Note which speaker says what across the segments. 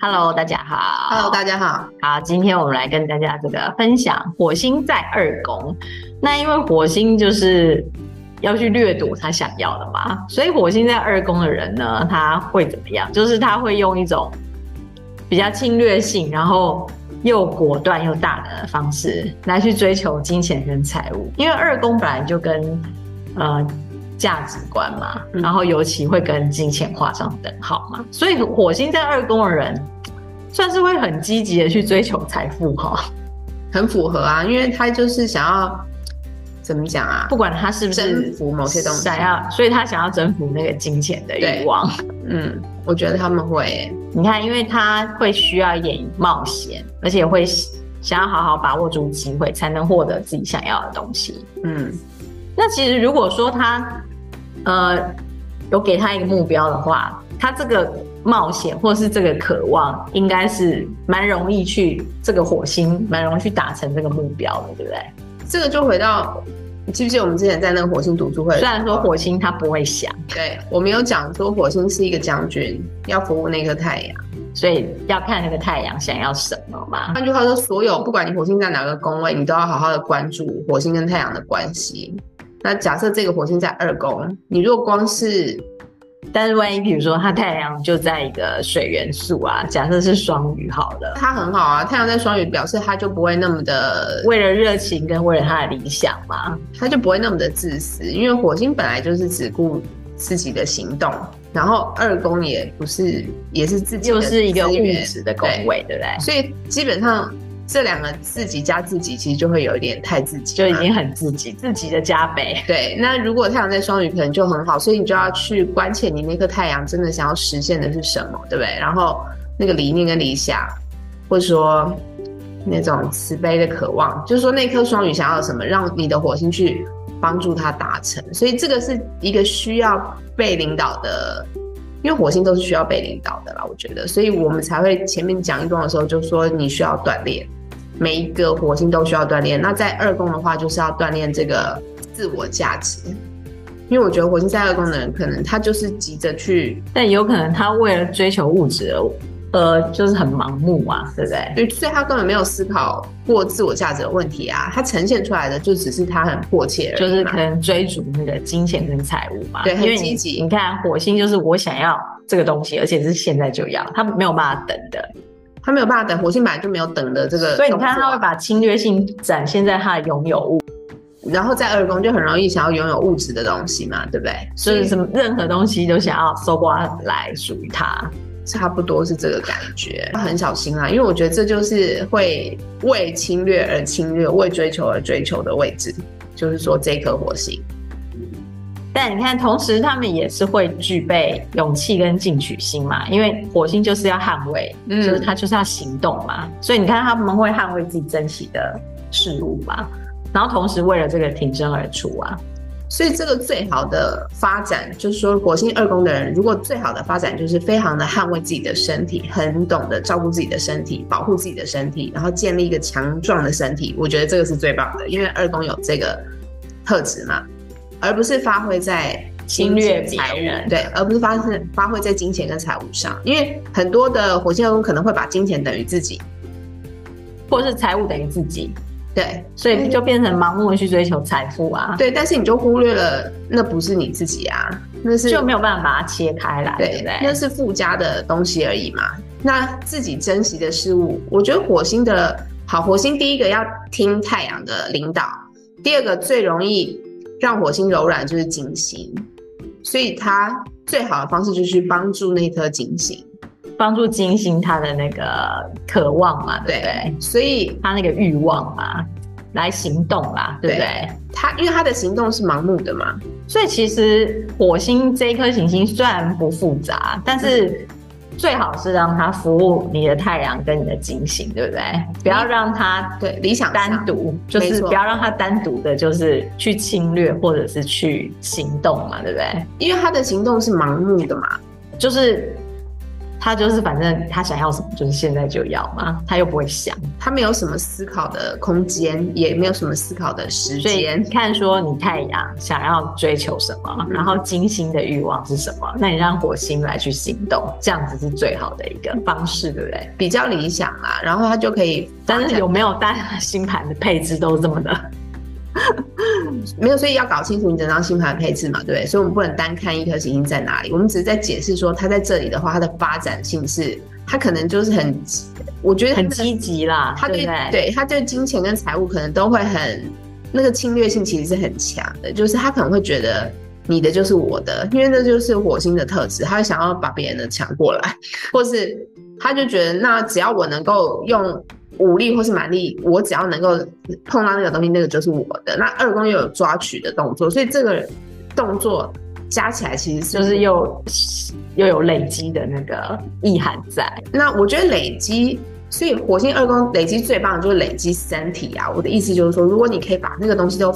Speaker 1: Hello，大家好。
Speaker 2: Hello，大家好。
Speaker 1: 好，今天我们来跟大家这个分享火星在二宫。那因为火星就是要去掠夺他想要的嘛，所以火星在二宫的人呢，他会怎么样？就是他会用一种比较侵略性，然后又果断又大胆的方式来去追求金钱跟财务，因为二宫本来就跟呃价值观嘛，
Speaker 2: 嗯
Speaker 1: 然后尤其会跟金钱画上等号嘛，所以火星在二宫的人。算是会很积极的去追求财富哈、
Speaker 2: 很符合啊，因为他就是想要怎么讲啊
Speaker 1: 不？管他是不是
Speaker 2: 征服某些东西
Speaker 1: 想要，所以他想要征服那个金钱的欲望。
Speaker 2: 嗯，我觉得他们会欸、
Speaker 1: 你看，因为他会需要一点冒险，而且会想要好好把握住机会，才能获得自己想要的东西。
Speaker 2: 嗯
Speaker 1: 那其实如果说他呃有给他一个目标的话，他这个冒险或是这个渴望，应该是蛮容易去这个火星蛮容易去达成这个目标的，对不对？
Speaker 2: 这个就回到，你记不记得我们之前在那个火星读书会
Speaker 1: 虽？然说火星他不会想。
Speaker 2: 对，我们有讲说火星是一个将军，要服务那颗太阳。
Speaker 1: 所以要看那个太阳想要什么嘛。
Speaker 2: 换句话说，所有不管你火星在哪个宫位，你都要好好的关注火星跟太阳的关系。那假设这个火星在二宫，你如果光是
Speaker 1: 但是万一比如说它太阳就在一个水元素啊，假设是双鱼好了，
Speaker 2: 它很好啊，太阳在双鱼，表示它就不会那么的
Speaker 1: 为了热情跟为了他的理想嘛，
Speaker 2: 他就不会那么的自私，因为火星本来就是只顾自己的行动，然后二宫也不是也是自己的
Speaker 1: 就是一个
Speaker 2: 资
Speaker 1: 物
Speaker 2: 源
Speaker 1: 质的宫，位，对不对
Speaker 2: 对？所以基本上这两个自己加自己，其实就会有一点太自己
Speaker 1: 就
Speaker 2: 了，
Speaker 1: 已经很自己自己的加倍。
Speaker 2: 对。那如果太阳在双鱼，可能就很好，所以你就要去关切你那颗太阳真的想要实现的是什么，对不对？然后那个理念跟理想，或者说。那种慈悲的渴望，就是说那颗双鱼想要什么，让你的火星去帮助他达成。所以这个是一个需要被领导的，因为火星都是需要被领导的啦，我觉得，所以我们才会前面讲一宫的时候就说你需要锻炼，每一个火星都需要锻炼。那在二宫的话，就是要锻炼这个自我价值，因为我觉得火星在二宫的人，可能他就是急着去
Speaker 1: 但有可能他为了追求物质而，呃，就是很盲目啊，对不对？
Speaker 2: 对，所以他根本没有思考过自我价值的问题啊，他呈现出来的就只是他很迫切而已
Speaker 1: 就是
Speaker 2: 嘛
Speaker 1: 可能追逐那个金钱跟财务嘛，
Speaker 2: 对
Speaker 1: 因
Speaker 2: 很
Speaker 1: 为
Speaker 2: 积
Speaker 1: 你
Speaker 2: 极
Speaker 1: 你看火星就是我想要这个东西，而且是现在就要，他没有办法等的。
Speaker 2: 他没有办法等，火星本来就没有等的这个、
Speaker 1: 所以你看，他会，把侵略性展现在他的拥有物，
Speaker 2: 然后在二宫就很容易想要拥有物质的东西嘛，对不对？
Speaker 1: 就
Speaker 2: 所
Speaker 1: 是
Speaker 2: 以
Speaker 1: 什么任何东西都想要搜刮来属于他。
Speaker 2: 差不多是这个感觉，很小心啊啦，因为我觉得这就是会为侵略而侵略，为追求而追求的位置，就是说这颗火星。
Speaker 1: 但你看，同时他们也是会具备勇气跟进取心嘛，因为火星就是要捍卫，
Speaker 2: 嗯
Speaker 1: 就是他就是要行动嘛。所以你看，他们会捍卫自己珍惜的事物嘛，然后同时为了这个挺身而出啊。
Speaker 2: 所以这个最好的发展，就是说火星二宫的人，如果最好的发展就是非常的捍卫自己的身体，很懂得照顾自己的身体，保护自己的身体，然后建立一个强壮的身体，我觉得这个是最棒的，因为二宫有这个特质嘛，而不是发挥在
Speaker 1: 侵略
Speaker 2: 金钱财务
Speaker 1: 别人
Speaker 2: 对，而不是发挥发挥在金钱跟财务上，因为很多的火星二宫可能会把金钱等于自己，
Speaker 1: 或是财务等于自己，
Speaker 2: 对
Speaker 1: 所以就变成盲目的去追求财富啊，
Speaker 2: 对，但是你就忽略了那不是你自己啊，那是
Speaker 1: 就没有办法把它切开来，对
Speaker 2: 对
Speaker 1: 不对？
Speaker 2: 那是附加的东西而已嘛。那自己珍惜的事物，我觉得火星的好，火星第一个要听太阳的领导，第二个最容易让火星柔软就是金星，所以它最好的方式就是去帮助那颗金星。
Speaker 1: 帮助金星他的那个渴望嘛，对不对？
Speaker 2: 所以
Speaker 1: 他那个欲望嘛，来行动啦，对不对？
Speaker 2: 它因为它的行动是盲目的嘛，
Speaker 1: 所以其实火星这一颗行星虽然不复杂，但是最好是让它服务你的太阳跟你的金星，对不对？不要让它
Speaker 2: 对理想上
Speaker 1: 单独，就是
Speaker 2: 没错
Speaker 1: 不要让它单独的，就是去侵略或者是去行动嘛，对不对？
Speaker 2: 因为它的行动是盲目的嘛，
Speaker 1: 就是他就是反正他想要什么，就是现在就要嘛，他又不会想。
Speaker 2: 他没有什么思考的空间，也没有什么思考的时
Speaker 1: 所以
Speaker 2: 间嗯
Speaker 1: 你。看，说你太阳想要追求什么，然后金星的欲望是什么，那你让火星来去行动，这样子是最好的一个方式，对不对？
Speaker 2: 比较理想啦，然后他就可以发展，
Speaker 1: 但是有没有大家星盘的配置都是这么 的？
Speaker 2: 没有，所以要搞清楚你整张星盘的配置嘛，对不对？所以我们不能单看一颗行星在哪里，我们只是在解释说它在这里的话，它的发展性是，它可能就是很，我觉得它
Speaker 1: 很
Speaker 2: 的
Speaker 1: 积极啦，
Speaker 2: 他
Speaker 1: 啊对
Speaker 2: 对
Speaker 1: 不对？
Speaker 2: 对他对金钱跟财务可能都会很那个侵略性，其实是很强的，就是他可能会觉得你的就是我的，因为这就是火星的特质，他会想要把别人的抢过来，或是他就觉得那只要我能够用。武力或是蛮力，我只要能够碰到那个东西，那个就是我的。那二宫又有抓取的动作，所以这个动作加起来其实是
Speaker 1: 就是又又有累积的那个意涵在，
Speaker 2: 那我觉得累积，所以火星二宫累积最棒的就是累积身体啊。我的意思就是说，如果你可以把那个东西都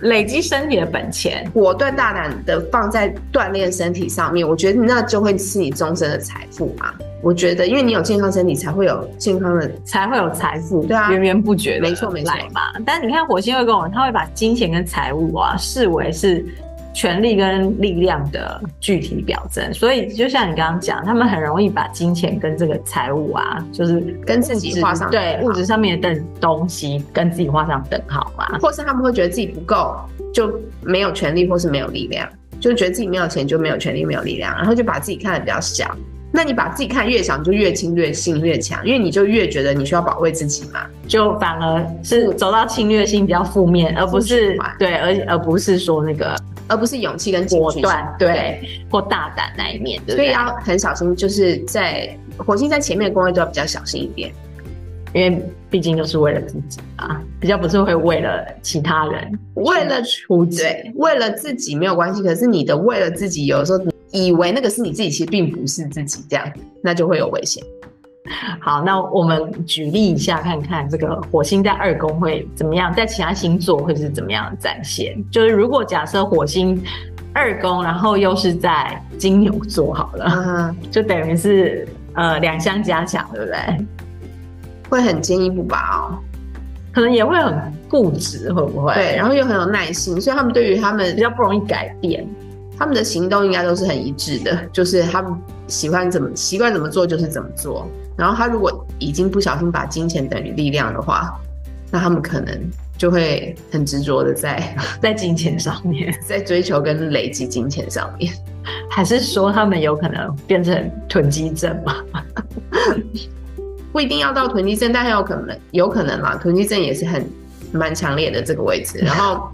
Speaker 1: 累积身体的本钱。
Speaker 2: 果断大胆的放在锻炼身体上面，我觉得那就会是你终身的财富嘛。我觉得，因为你有健康身体，才会有健康的。
Speaker 1: 才会有财富，
Speaker 2: 对啊
Speaker 1: 源源不绝的
Speaker 2: 没错没错
Speaker 1: 来嘛。但你看火星二宫，他会把金钱跟财务啊视为是权力跟力量的具体表征，所以就像你刚刚讲，他们很容易把金钱跟这个财务啊，就是
Speaker 2: 跟自己啊
Speaker 1: 物质
Speaker 2: 画上
Speaker 1: 对
Speaker 2: 等号
Speaker 1: 物质上面的等东西跟自己画上等号啊嘛。
Speaker 2: 或是他们会觉得自己不够，就没有权利，或是没有力量，就觉得自己没有钱就没有权利，没有力量，然后就把自己看得比较小。那你把自己看越小，你就越侵略性越强，因为你就越觉得你需要保卫自己嘛。
Speaker 1: 就反而是走到侵略性比较负面，而不是
Speaker 2: 循环
Speaker 1: 对，而而不是说那个
Speaker 2: 而不是勇气跟进
Speaker 1: 果
Speaker 2: 取心
Speaker 1: 断对或大胆那一面，对不
Speaker 2: 所
Speaker 1: 对
Speaker 2: 以要很小心，就是在火星在前面的宫位都要比较小心一点。
Speaker 1: 因为毕竟就是为了自己啊，比较不是会为了其他人
Speaker 2: 为了
Speaker 1: 出击。
Speaker 2: 对，为了自己没有关系，可是你的为了自己，有的时候你以为那个是你自己，其实并不是自己，这样那就会有危险。
Speaker 1: 好，那我们举例一下，看看这个火星在二宫会怎么样，在其他星座会是怎么样的展现。就是如果假设火星二宫，然后又是在金牛座好了，
Speaker 2: 啊，
Speaker 1: 就等于是呃两相加强，对不对？
Speaker 2: 会很坚毅不拔哦。
Speaker 1: 可能也会很固执，会不会？
Speaker 2: 对，然后又很有耐心，所以他们对于他们
Speaker 1: 比较不容易改变。
Speaker 2: 他们的行动应该都是很一致的，就是他们喜欢怎么习惯怎么做就是怎么做。然后他如果已经不小心把金钱等于力量的话，那他们可能就会很执着的在
Speaker 1: 在金钱上面，
Speaker 2: 在追求跟累积金钱上面。
Speaker 1: 还是说他们有可能变成囤积症嘛？
Speaker 2: 不一定要到囤积症，但很有可能，有可能啦。囤积症也是很蛮强烈的这个位置。然后，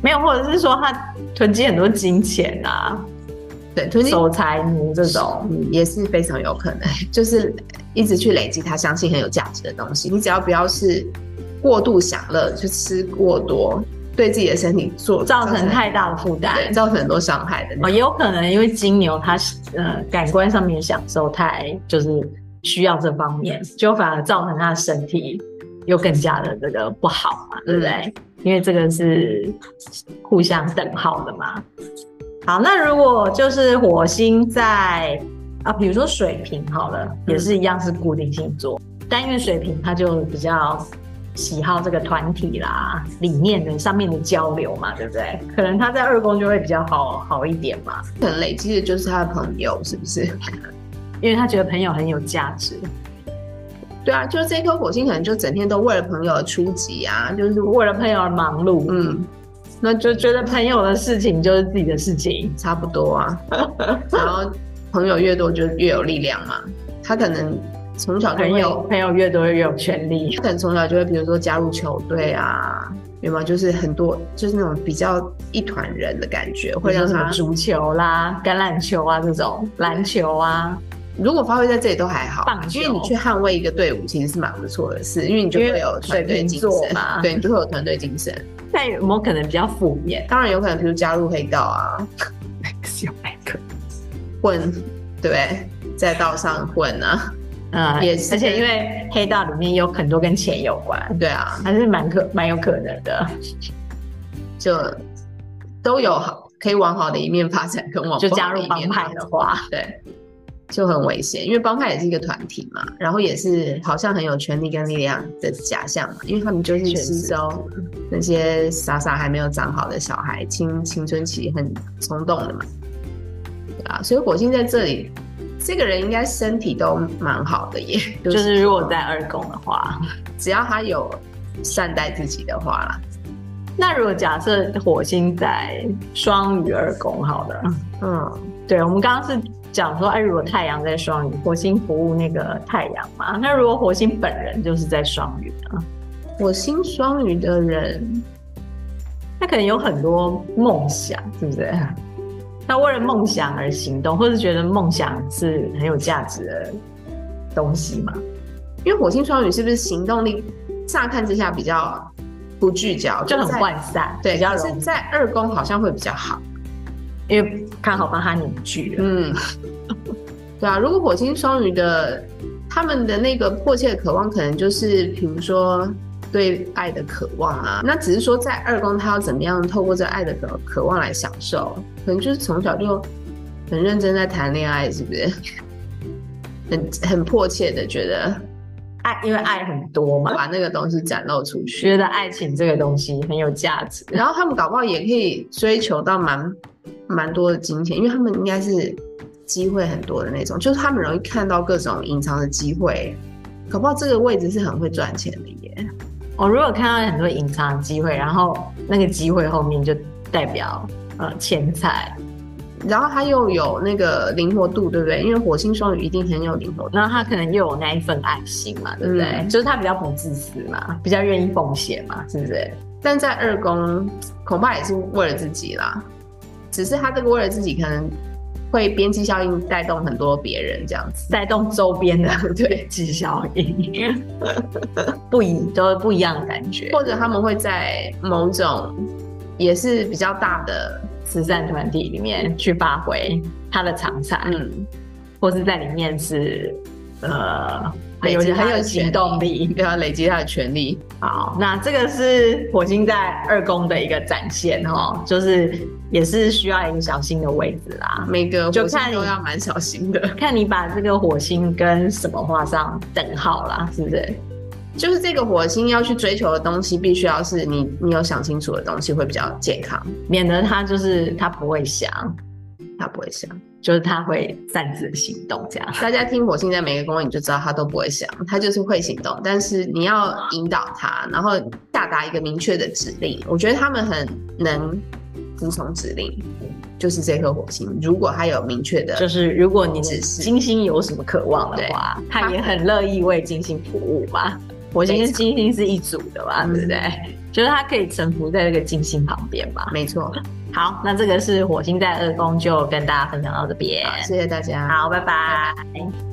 Speaker 1: 没有，或者是说他囤积很多金钱啊，
Speaker 2: 对囤积
Speaker 1: 守财奴这种。
Speaker 2: 嗯也是非常有可能， 就是一直去累积他相信很有价值的东西。你只要不要是过度享乐，去吃过多，对自己的身体做
Speaker 1: 造成太大的负担
Speaker 2: 对，造成很多伤害的那
Speaker 1: 哦，
Speaker 2: 种。
Speaker 1: 也有可能因为金牛它是呃感官上面享受太就是需要这方面，就反而造成他的身体又更加的这个不好嘛，对不对？因为这个是互相等号的嘛。好，那如果就是火星在啊，比如说水瓶好了，也是一样是固定星座，但因为水瓶它就比较喜好这个团体啦、理念的上面的交流嘛，对不对？可能他在二宫就会比较好好一点嘛，
Speaker 2: 可能累积的就是他的朋友，是不 是？
Speaker 1: 因为他觉得朋友很有价值。
Speaker 2: 对啊，就是这颗火星可能就整天都为了朋友而出击啊，就是
Speaker 1: 为了朋友而忙碌，
Speaker 2: 嗯，
Speaker 1: 那就觉得朋友的事情就是自己的事情。
Speaker 2: 差不多啊。 然后朋友越多就越有力量嘛。他可能从小就
Speaker 1: 朋
Speaker 2: 会
Speaker 1: 友朋友越多越有权利，
Speaker 2: 可能从小就会，比如说加入球队啊，有没有？就是很多，就是那种比较一团人的感觉，会
Speaker 1: 会有
Speaker 2: 让
Speaker 1: 什么
Speaker 2: 他
Speaker 1: 足球啦、橄榄球啊这种，篮球啊，
Speaker 2: 如果发挥在这里都还好
Speaker 1: 棒，球
Speaker 2: 因为你去捍卫一个队伍，其实是蛮不错的事，因为你就会有团队精
Speaker 1: 因为水瓶座
Speaker 2: 神
Speaker 1: 嘛
Speaker 2: 对，你就会有团队精神。
Speaker 1: 那有没有可能比较负面？
Speaker 2: 当然有可能，比如加入黑道啊，
Speaker 1: 小麦克，
Speaker 2: 混，对不对，在道上混啊，
Speaker 1: 嗯，
Speaker 2: 也是
Speaker 1: 而且因为黑道里面有很多跟钱有关，
Speaker 2: 对 啊，
Speaker 1: 还是蛮可蛮有可能的，
Speaker 2: 就都有好可以往好的一面发展，跟往
Speaker 1: 就
Speaker 2: 不好
Speaker 1: 加
Speaker 2: 的
Speaker 1: 入
Speaker 2: 一
Speaker 1: 帮
Speaker 2: 面
Speaker 1: 派
Speaker 2: 发展
Speaker 1: 的话，
Speaker 2: 对，就很危险，因为帮派也是一个团体嘛，然后也是好像很有权力跟力量的假象嘛，因为他们就是
Speaker 1: 确
Speaker 2: 吸
Speaker 1: 实
Speaker 2: 收那些傻傻还没有长好的小孩，青青春期很冲动的嘛，对啊，所以火星在这里，这个人应该身体都蛮好的耶，就
Speaker 1: 就是是如果在二宫的话，
Speaker 2: 只要他有善待自己的话啦，
Speaker 1: 那如果假设火星在双鱼二宫，好了，
Speaker 2: 嗯，
Speaker 1: 对我们刚刚是讲说，哎，如果太阳在双鱼，火星服务那个太阳嘛，那如果火星本人就是在双鱼呢，
Speaker 2: 火星双鱼的人，
Speaker 1: 他可能有很多梦想，是不是？他为了梦想而行动，或是觉得梦想是很有价值的东西嘛？
Speaker 2: 因为火星双鱼是不是行动力乍看之下比较不聚焦，
Speaker 1: 就很
Speaker 2: 在
Speaker 1: 涣散，
Speaker 2: 对，
Speaker 1: 比较
Speaker 2: 但是
Speaker 1: 容易，
Speaker 2: 在二宫好像会比较好。
Speaker 1: 因为刚好帮他凝聚了。
Speaker 2: 嗯， 对啊，如果火星双鱼的他们的那个迫切的渴望，可能就是比如说对爱的渴望啊，那只是说在二宫他要怎么样透过这爱的渴渴望来享受，可能就是从小就很认真在谈恋爱，是不是？ 很很迫切的觉得
Speaker 1: 爱，因为爱很多嘛，
Speaker 2: 把那个东西展露出去，
Speaker 1: 觉得爱情这个东西很有价值。
Speaker 2: 然后他们搞不好也可以追求到蛮蛮多的金钱，因为他们应该是机会很多的那种，就是他们容易看到各种隐藏的机会，搞不好这个位置是很会赚钱的耶。
Speaker 1: 我如果看到很多隐藏的机会，然后那个机会后面就代表呃钱财，
Speaker 2: 然后他又有那个灵活度，对不对？因为火星双鱼一定很有灵活度。
Speaker 1: 然后他可能又有那一份爱心嘛，对不对？
Speaker 2: 嗯
Speaker 1: 就是他比较不自私嘛，比较愿意奉献嘛，是不是？
Speaker 2: 但在二宫恐怕也是为了自己啦，只是他这个为了自己可能会边际效应带动很多别人这样子。
Speaker 1: 带动周边的 对绩效应，不一都是不一样的感觉。
Speaker 2: 或者他们会在某种也是比较大的，
Speaker 1: 慈善团体里面去发挥他的长才，
Speaker 2: 嗯，
Speaker 1: 或是在里面是呃很
Speaker 2: 累
Speaker 1: 有
Speaker 2: 积他
Speaker 1: 很
Speaker 2: 的
Speaker 1: 有
Speaker 2: 权
Speaker 1: 行动力，
Speaker 2: 要累积他的权利。
Speaker 1: 好，那这个是火星在二宫的一个展现哦，就是也是需要一个小心的位置啦。
Speaker 2: 每个
Speaker 1: 就
Speaker 2: 火星
Speaker 1: 看你
Speaker 2: 都要蛮小心的，
Speaker 1: 看你把这个火星跟什么画上等号啦，是不是？
Speaker 2: 就是这个火星要去追求的东西，必须要是你你有想清楚的东西会比较健康，
Speaker 1: 免得他就是他不会想，
Speaker 2: 他不会想。
Speaker 1: 就是他会擅自行动这样。
Speaker 2: 大家听火星在每个宫位，你就知道他都不会想，他就是会行动，但是你要引导他，然后下达一个明确的指令。我觉得他们很能服从指令，就是这颗火星，如果他有明确的，
Speaker 1: 就是如果你
Speaker 2: 只哦是
Speaker 1: 金星有什么渴望的话，他也很乐意为金星服务嘛。火星跟金星是一组的嘛，
Speaker 2: 嗯
Speaker 1: 对不对？ 就是他可以臣服在这个金星旁边嘛。
Speaker 2: 没错。
Speaker 1: 好，那这个是火星在二宫，就跟大家分享到这边。
Speaker 2: 谢谢大家。
Speaker 1: 好，拜拜